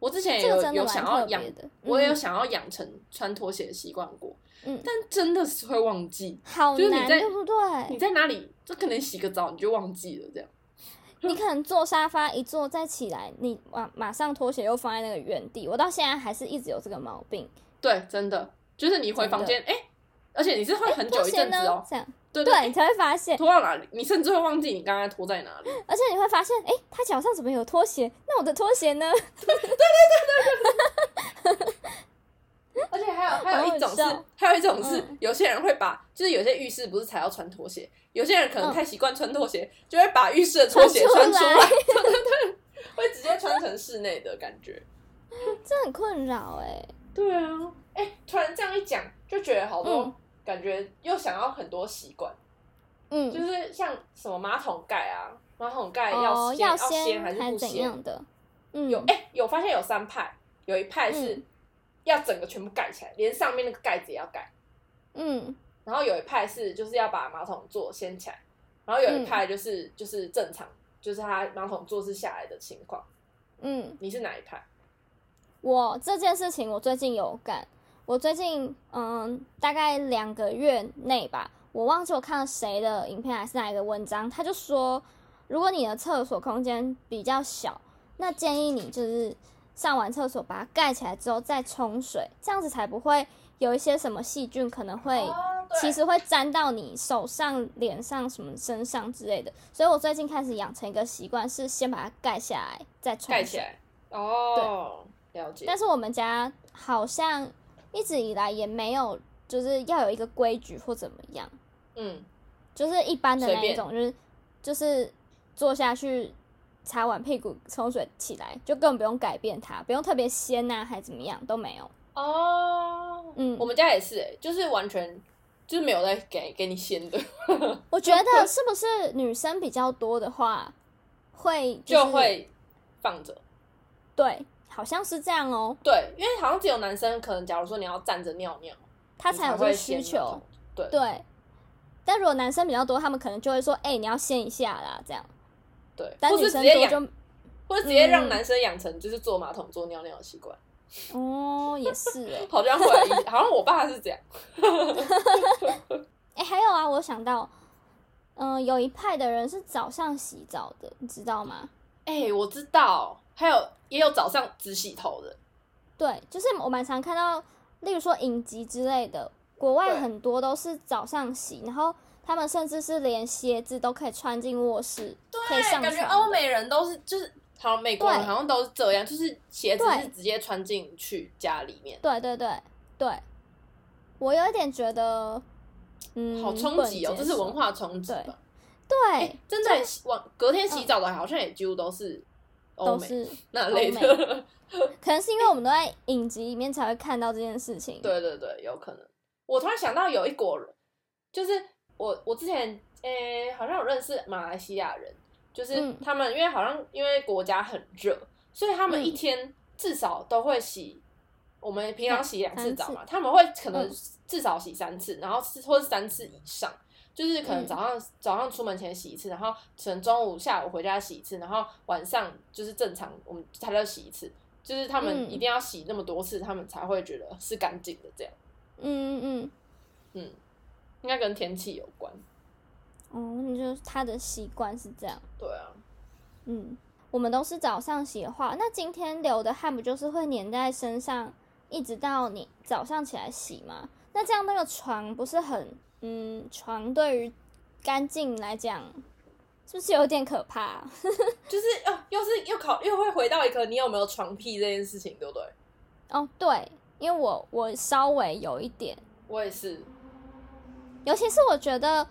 [SPEAKER 2] 我之前也
[SPEAKER 1] 这个
[SPEAKER 2] 有
[SPEAKER 1] 真的
[SPEAKER 2] 有
[SPEAKER 1] 蛮
[SPEAKER 2] 想要
[SPEAKER 1] 特
[SPEAKER 2] 养
[SPEAKER 1] 别，的，
[SPEAKER 2] 我也有
[SPEAKER 1] 嗯
[SPEAKER 2] 想要养成穿拖鞋的习惯过，
[SPEAKER 1] 嗯
[SPEAKER 2] 但真的是会忘记。
[SPEAKER 1] 好
[SPEAKER 2] 就是你
[SPEAKER 1] 难，
[SPEAKER 2] 在
[SPEAKER 1] 对不对？
[SPEAKER 2] 你在哪里？就可能洗个澡你就忘记了，这样
[SPEAKER 1] 你可能坐沙发一坐再起来，你马马上拖鞋又放在那个原地。我到现在还是一直有这个毛病。
[SPEAKER 2] 对，真的就是你回
[SPEAKER 1] 真的
[SPEAKER 2] 房间，哎、而且你是会很久
[SPEAKER 1] 拖
[SPEAKER 2] 一
[SPEAKER 1] 鞋
[SPEAKER 2] 阵子
[SPEAKER 1] 呢
[SPEAKER 2] 哦？，
[SPEAKER 1] 这样
[SPEAKER 2] 对
[SPEAKER 1] 对你才会发现，
[SPEAKER 2] 拖到哪里？你甚至会忘记你刚刚拖在哪里。
[SPEAKER 1] 而且你会发现，哎、他脚上怎么有拖鞋？那我的拖鞋呢？
[SPEAKER 2] 而且还有还有一种是
[SPEAKER 1] 好好笑，
[SPEAKER 2] 还有一种是
[SPEAKER 1] 嗯
[SPEAKER 2] 有些人会把，就是有些浴室不是才要穿拖鞋，有些人可能
[SPEAKER 1] 嗯
[SPEAKER 2] 太习惯穿拖鞋，就会把浴室的拖鞋穿
[SPEAKER 1] 穿
[SPEAKER 2] 出
[SPEAKER 1] 出
[SPEAKER 2] 来，
[SPEAKER 1] 来
[SPEAKER 2] 对对对，会直接穿成室内的感觉。
[SPEAKER 1] 这很困扰哎、
[SPEAKER 2] 对啊，哎、突然这样一讲，就觉得好多、
[SPEAKER 1] 嗯
[SPEAKER 2] 感觉又想要很多习惯，就
[SPEAKER 1] 嗯，
[SPEAKER 2] 是像什么马桶盖啊，马桶盖
[SPEAKER 1] 哦，
[SPEAKER 2] 掀、
[SPEAKER 1] 要
[SPEAKER 2] 要掀
[SPEAKER 1] 先
[SPEAKER 2] 还是
[SPEAKER 1] 还
[SPEAKER 2] 不
[SPEAKER 1] 怎
[SPEAKER 2] 掀？
[SPEAKER 1] 样的？嗯，
[SPEAKER 2] 有哎、有发现有三派，有一派是
[SPEAKER 1] 嗯
[SPEAKER 2] 要整个全部盖起来，连上面那个盖子也要盖，
[SPEAKER 1] 嗯
[SPEAKER 2] 然后有一派是就是要把马桶座掀起来，然后有
[SPEAKER 1] 嗯
[SPEAKER 2] 一派就是、就是正常，就是它马桶座是下来的情况。
[SPEAKER 1] 嗯，
[SPEAKER 2] 你是哪一派？
[SPEAKER 1] 我这件事情我最近有感，我最近嗯，大概两个月内吧，我忘记我看了谁的影片还是哪一个文章，他就说，如果你的厕所空间比较小，那建议你就是上完厕所把它盖起来之后再冲水，这样子才不会有一些什么细菌可能会
[SPEAKER 2] 哦
[SPEAKER 1] 其实会沾到你手上、脸上、什么身上之类的。所以我最近开始养成一个习惯，是先把它盖下来再冲
[SPEAKER 2] 盖
[SPEAKER 1] 水。
[SPEAKER 2] 起来哦，了解。
[SPEAKER 1] 但是我们家好像一直以来也没有，就是要有一个规矩或怎么样，
[SPEAKER 2] 嗯，
[SPEAKER 1] 就是一般的
[SPEAKER 2] 随
[SPEAKER 1] 那一
[SPEAKER 2] 便
[SPEAKER 1] 种，就是就是坐下去擦完屁股冲水起来，就根本不用改变它，不用特别掀呐、还怎么样都没有。
[SPEAKER 2] 哦，
[SPEAKER 1] 嗯
[SPEAKER 2] 我们家也是、哎，就是完全就是没有在给给你掀的，
[SPEAKER 1] 我觉得是不是女生比较多的话，会
[SPEAKER 2] 就是会放着。
[SPEAKER 1] 对，好像是这样哦，
[SPEAKER 2] 对，因为好像只有男生可能，假如说你要站着尿尿，
[SPEAKER 1] 她
[SPEAKER 2] 你
[SPEAKER 1] 才有这
[SPEAKER 2] 会
[SPEAKER 1] 个需
[SPEAKER 2] 掀马
[SPEAKER 1] 求
[SPEAKER 2] 桶。。对
[SPEAKER 1] 对，但如果男生比较多，他们可能就会说：“哎、你要掀一下啦。”这样，
[SPEAKER 2] 对，
[SPEAKER 1] 但
[SPEAKER 2] 或
[SPEAKER 1] 女
[SPEAKER 2] 是直
[SPEAKER 1] 生
[SPEAKER 2] 接
[SPEAKER 1] 多
[SPEAKER 2] 仰
[SPEAKER 1] 就
[SPEAKER 2] 或者直接让
[SPEAKER 1] 嗯
[SPEAKER 2] 男生养成就是坐马桶、坐尿尿的习惯。
[SPEAKER 1] 哦，也是哎、
[SPEAKER 2] 好像会， 好像我爸是这样。
[SPEAKER 1] 哎、还有啊，我想到，嗯、有一派的人是早上洗澡的，你知道吗？
[SPEAKER 2] 哎、我知道，还有也有早上只洗头的，
[SPEAKER 1] 对，就是我蛮常看到，例如说影集之类的，国外
[SPEAKER 2] 对
[SPEAKER 1] 很多都是早上洗，然后他们甚至是连鞋子都可以穿进卧室，可以上
[SPEAKER 2] 感觉
[SPEAKER 1] 床。
[SPEAKER 2] 欧美人都是就是。好，美国人
[SPEAKER 1] 对
[SPEAKER 2] 好像都是这样，就是鞋子
[SPEAKER 1] 对
[SPEAKER 2] 是直接穿进去家里面，
[SPEAKER 1] 对对对对，我有一点觉得，嗯，
[SPEAKER 2] 好冲
[SPEAKER 1] 不能
[SPEAKER 2] 击哦，
[SPEAKER 1] 接
[SPEAKER 2] 这是
[SPEAKER 1] 受
[SPEAKER 2] 文。化冲击
[SPEAKER 1] 对
[SPEAKER 2] 吧？
[SPEAKER 1] 对，嗯
[SPEAKER 2] 哎、真的洗晚隔天洗澡的，好像也几乎都是欧
[SPEAKER 1] 都
[SPEAKER 2] 美
[SPEAKER 1] 是，
[SPEAKER 2] 那类的。
[SPEAKER 1] 可能是因为我们都在影集里面才会看到这件事情。，
[SPEAKER 2] 对对对，有可能。我突然想到有一国人，就是我我之前诶、好像有认识马来西亚人，就是
[SPEAKER 1] 嗯
[SPEAKER 2] 他们、因为好像因为国家很热，所以他们
[SPEAKER 1] 嗯
[SPEAKER 2] 一天至少都会洗。我们平常洗两次
[SPEAKER 1] 三
[SPEAKER 2] 澡
[SPEAKER 1] 次
[SPEAKER 2] 嘛，他们会可能
[SPEAKER 1] 嗯
[SPEAKER 2] 至少洗三次，然后是或是三次以上，就是可能
[SPEAKER 1] 嗯
[SPEAKER 2] 早上、早上出门前洗一次，然后可能中午下午回家洗一次，然后晚上就是正常我们才要洗一次，就是他们
[SPEAKER 1] 嗯
[SPEAKER 2] 一定要洗那么多次，他们才会觉得是干净的。这样
[SPEAKER 1] 嗯嗯
[SPEAKER 2] 应该跟天气有关。
[SPEAKER 1] 嗯，哦，你就是他的习惯是这样。
[SPEAKER 2] 对啊，
[SPEAKER 1] 嗯，我们都是早上洗的话，那今天流的汗不就是会粘在身上，一直到你早上起来洗吗？那这样那个床不是很，嗯，床对于干净来讲，是不是有点可怕啊、
[SPEAKER 2] 就是哦，又是又考又会回到一个你有没有床屁这件事情，对不对？
[SPEAKER 1] 哦，对，因为我我稍微有一点，
[SPEAKER 2] 我也是，
[SPEAKER 1] 尤其是我觉得，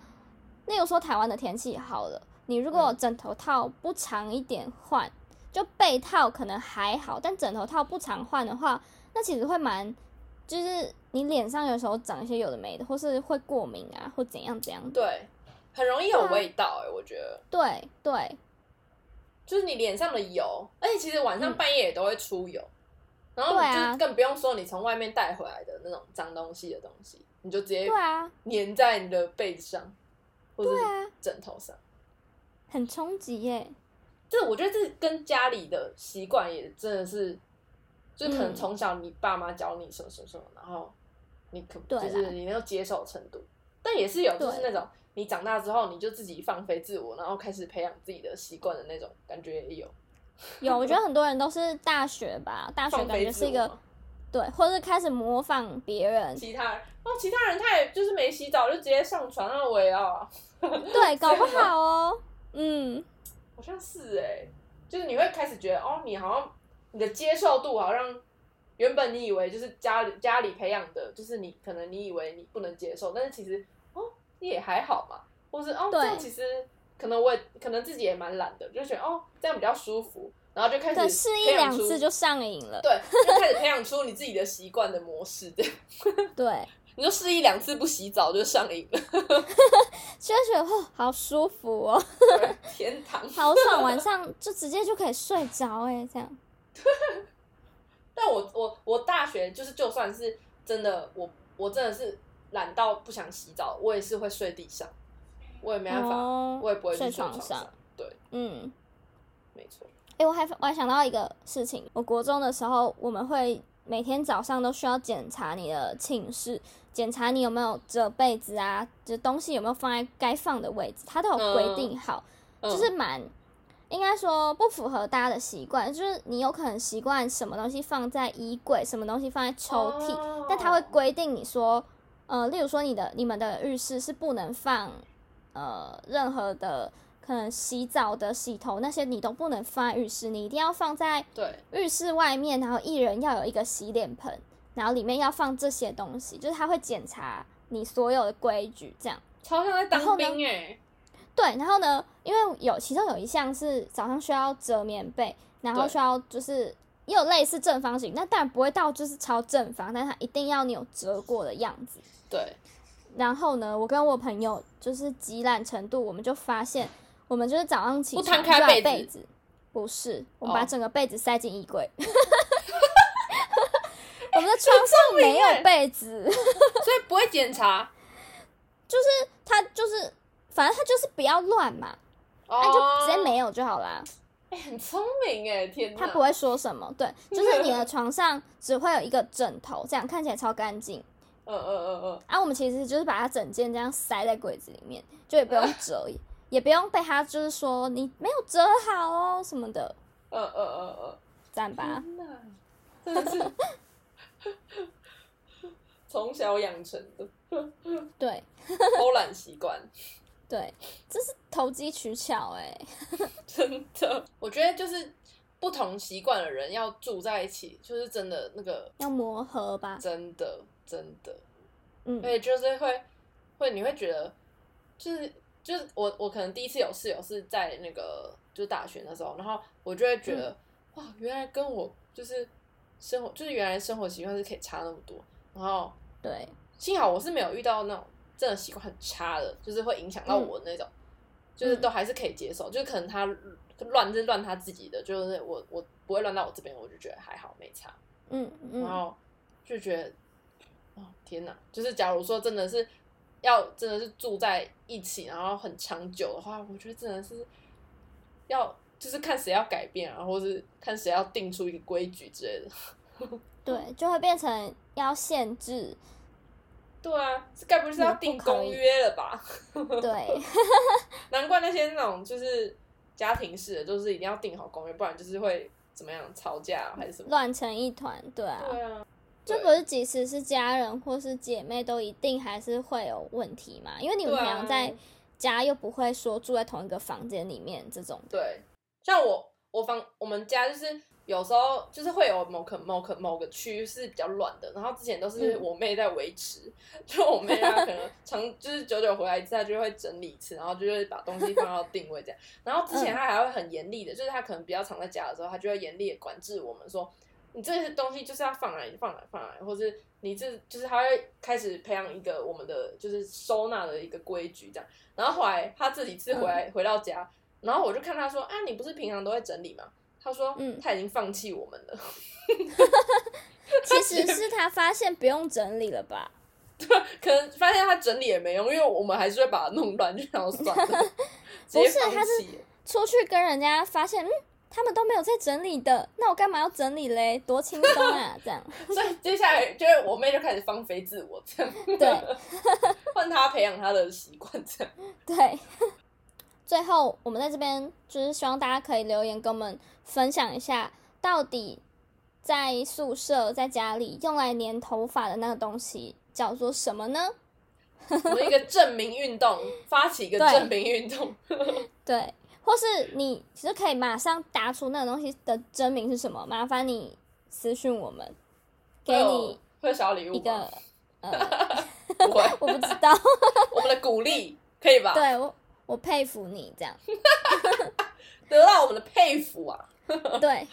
[SPEAKER 1] 例如说台湾的天气好了，你如果
[SPEAKER 2] 嗯
[SPEAKER 1] 枕头套不长一点换，就被套可能还好，但枕头套不常换的话，那其实会蛮，就是你脸上有时候长一些有的没的，或是会过敏啊，或怎样怎样的。
[SPEAKER 2] 对，很容易有
[SPEAKER 1] 对啊
[SPEAKER 2] 味道哎、我觉得。
[SPEAKER 1] 对对
[SPEAKER 2] 就是你脸上的油，而且其实晚上
[SPEAKER 1] 嗯
[SPEAKER 2] 半夜也都会出油，然后
[SPEAKER 1] 对
[SPEAKER 2] 你
[SPEAKER 1] 啊
[SPEAKER 2] 就更不用说你从外面带回来的那种脏东西的东西，你就直接
[SPEAKER 1] 对啊，
[SPEAKER 2] 粘在你的被上或者
[SPEAKER 1] 对
[SPEAKER 2] 是
[SPEAKER 1] 啊，
[SPEAKER 2] 枕头上。
[SPEAKER 1] 很冲击耶。
[SPEAKER 2] 这我觉得这跟家里的习惯也真的是，就可能
[SPEAKER 1] 嗯
[SPEAKER 2] 从小你爸妈教你什么什么什么，然后你可
[SPEAKER 1] 对
[SPEAKER 2] 就
[SPEAKER 1] 啦
[SPEAKER 2] 是你能够接受程度，但也是有就是
[SPEAKER 1] 对
[SPEAKER 2] 那种你长大之后你就自己放飞自我，然后开始培养自己的习惯的那种感觉也有。
[SPEAKER 1] 有，我觉得很多人都是大学吧，大学
[SPEAKER 2] 放
[SPEAKER 1] 感
[SPEAKER 2] 飞
[SPEAKER 1] 觉
[SPEAKER 2] 自
[SPEAKER 1] 是一
[SPEAKER 2] 我
[SPEAKER 1] 个
[SPEAKER 2] 吗
[SPEAKER 1] 对，或是开始模仿别 人，
[SPEAKER 2] 其他人哦，其他人他也就是没洗澡就直接上床，那我也要啊，
[SPEAKER 1] 对，搞不好哦，嗯。
[SPEAKER 2] 好像是哎、就是你会开始觉得哦，你好像你的接受度好像原本你以为就是家里家里培养的，就是你可能你以为你不能接受，但是其实哦也还好嘛，或是哦
[SPEAKER 1] 对
[SPEAKER 2] 这样其实可能我也可能自己也蛮懒的，就觉得哦这样比较舒服，然后就开始
[SPEAKER 1] 对，试一
[SPEAKER 2] 培养
[SPEAKER 1] 两
[SPEAKER 2] 出
[SPEAKER 1] 次就上瘾了。
[SPEAKER 2] 对，就开始培养出你自己的习惯的模式，对，
[SPEAKER 1] 对，
[SPEAKER 2] 你就试一两次不洗澡就上 瘾了，
[SPEAKER 1] 就会觉得哦，好舒服哦，
[SPEAKER 2] 对天堂。
[SPEAKER 1] 好爽，晚上就直接就可以睡着哎，这样。
[SPEAKER 2] 但我我我大学就是就算是真的，我我真的是懒到不想洗澡，我也是会睡地上，我也没办法，
[SPEAKER 1] 哦
[SPEAKER 2] 我也不会去
[SPEAKER 1] 睡
[SPEAKER 2] 床
[SPEAKER 1] 床上
[SPEAKER 2] 对，
[SPEAKER 1] 嗯，
[SPEAKER 2] 没错，
[SPEAKER 1] 哎，我还我还想到一个事情，我国中的时候我们会每天早上都需要检查你的寝室，检查你有没有折被子啊，就东西有没有放在该放的位置，它都有规定好，
[SPEAKER 2] 嗯
[SPEAKER 1] 就是蛮。应该说不符合大家的习惯，就是你有可能习惯什么东西放在衣柜，什么东西放在抽屉，
[SPEAKER 2] 哦
[SPEAKER 1] 但它会规定你说，呃，例如说你的你们的浴室是不能放呃任何的可能洗澡的洗头那些你都不能放在浴室，你一定要放在
[SPEAKER 2] 对
[SPEAKER 1] 浴室外面，然后一人要有一个洗脸盆，然后里面要放这些东西，就是他会检查你所有的规矩这样。
[SPEAKER 2] 超像在
[SPEAKER 1] 然后
[SPEAKER 2] 当
[SPEAKER 1] 呢
[SPEAKER 2] 兵哎、
[SPEAKER 1] 对，然后呢，因为有其中有一项是早上需要折棉被，然后
[SPEAKER 2] 对
[SPEAKER 1] 需要就是也有类似正方形，那当然不会到就是超正方，但它一定要你有折过的样子。
[SPEAKER 2] 对，
[SPEAKER 1] 然后呢，我跟我朋友就是极懒程度，我们就发现，我们就是早上起
[SPEAKER 2] 不
[SPEAKER 1] 床
[SPEAKER 2] 摊开
[SPEAKER 1] 就把
[SPEAKER 2] 被
[SPEAKER 1] 被
[SPEAKER 2] 子
[SPEAKER 1] 不是，我
[SPEAKER 2] 哦
[SPEAKER 1] 们把整个被子塞进衣 柜。 我们的床上没有被子，
[SPEAKER 2] 所以不会检查
[SPEAKER 1] 它就是，反正它就是不要乱嘛，
[SPEAKER 2] 哦，
[SPEAKER 1] 哎那、就直接没有就好啦。
[SPEAKER 2] 哎、很聪明哎，天哪！
[SPEAKER 1] 他不会说什么，对，就是你的床上只会有一个枕头，这样看起来超干净。
[SPEAKER 2] 嗯，嗯嗯嗯
[SPEAKER 1] 啊，我们其实就是把它整件这样塞在柜子里面，就也不 用折，也不用被他就是说你没有折好哦什么的，
[SPEAKER 2] 嗯嗯嗯
[SPEAKER 1] 啊
[SPEAKER 2] 嗯
[SPEAKER 1] 赞
[SPEAKER 2] 嗯，
[SPEAKER 1] 吧？
[SPEAKER 2] 天哪，真的是 从小养成的嗯
[SPEAKER 1] 对
[SPEAKER 2] 偷懒习惯。
[SPEAKER 1] 对，这是投机取巧哎、
[SPEAKER 2] 真的，我觉得就是不同习惯的人要住在一起，就是真的那个，
[SPEAKER 1] 要磨合吧？
[SPEAKER 2] 真的真的，
[SPEAKER 1] 嗯
[SPEAKER 2] 而，且就是会会你会觉得，就是就是我我可能第一次有室友是在那个就是大学那时候，然后我就会觉得、哇，原来跟我就是生活就是原来生活习惯是可以差那么多，然后
[SPEAKER 1] 对，
[SPEAKER 2] 幸好我是没有遇到那种真的习惯很差的，就是会影响到我那种，就是都还是可以接受，就是可能他乱是乱他自己的，就是我我不会乱到我这边，我就觉得还好没差，
[SPEAKER 1] 嗯
[SPEAKER 2] 然
[SPEAKER 1] 嗯，
[SPEAKER 2] 后就觉得，哦天哪，就是假如说真的是要真的是住在一起，然后很长久的话，我觉得真的是要就是看谁要改变啊，或是看谁要定出一个规矩之类的。
[SPEAKER 1] 对，就会变成要限 制，
[SPEAKER 2] 对啊，这该不是要
[SPEAKER 1] 嗯不
[SPEAKER 2] 定
[SPEAKER 1] 可
[SPEAKER 2] 公
[SPEAKER 1] 以
[SPEAKER 2] 约了吧？
[SPEAKER 1] 对
[SPEAKER 2] 难怪那些那种就是家庭式的，就是一定要定好公约，不然就是会怎么样吵架还是什么。
[SPEAKER 1] 乱成一团，对啊，
[SPEAKER 2] 对啊，
[SPEAKER 1] 这不是即使是家人或是姐妹，都一定还是会有问题嘛？因为你们
[SPEAKER 2] 对啊
[SPEAKER 1] 平常在家又不会说住在同一个房间里面这种的，
[SPEAKER 2] 对，像我我房我们家就是有时候就是会有某个某个某个区是比较乱的，然后之前都是
[SPEAKER 1] 嗯
[SPEAKER 2] 我妹在维持， 就我妹啊她可能常就是久久回来一次，她就会整理一次，然后就会把东西放到定位这样。然后之前她还会很严厉的，就是她可能比较常在家的时候，她就会严厉的管制我们说，你这些东西就是要放哪里放哪里放哪里，或是你这就是她会开始培养一个我们的就是收纳的一个规矩这样。然后后来她这几次回
[SPEAKER 1] 嗯
[SPEAKER 2] 来、回到家，然后我就看她说啊，你不是平常都会整理吗？她说，
[SPEAKER 1] 嗯
[SPEAKER 2] 她已经放弃我们了。
[SPEAKER 1] 其实是他发现不用整理了吧？
[SPEAKER 2] 可能发现他整理也没用，因为我们还是会把它弄乱，就想要 算了，直
[SPEAKER 1] 不
[SPEAKER 2] 接
[SPEAKER 1] 是
[SPEAKER 2] 放
[SPEAKER 1] 他是
[SPEAKER 2] 弃了。
[SPEAKER 1] 出去跟人家发现，嗯，他们都没有在整理的，那我干嘛要整理嘞？多轻松啊，这样，
[SPEAKER 2] 所以接下来就是我妹就开始放飞自我，这样
[SPEAKER 1] 对
[SPEAKER 2] 换她培养她的习惯，这样
[SPEAKER 1] 对。 最后，我们在这边就是希望大家可以留言跟我们分享一下，到底在宿舍、在家里用来粘头发的那个东西叫做什么呢？
[SPEAKER 2] 我们一个证明运动，发起一个
[SPEAKER 1] 对
[SPEAKER 2] 证明运动，
[SPEAKER 1] 对，或是你其实可以马上答出那个东西的真名是什么，麻烦你私讯我们，给
[SPEAKER 2] 会有
[SPEAKER 1] 你
[SPEAKER 2] 会有小礼物
[SPEAKER 1] 一个
[SPEAKER 2] 吗？
[SPEAKER 1] 呃，
[SPEAKER 2] 不会，
[SPEAKER 1] 我不知道，
[SPEAKER 2] 我们的鼓励可以吧？
[SPEAKER 1] 对我我佩服你这样，
[SPEAKER 2] 得到我们的佩服啊！
[SPEAKER 1] 对，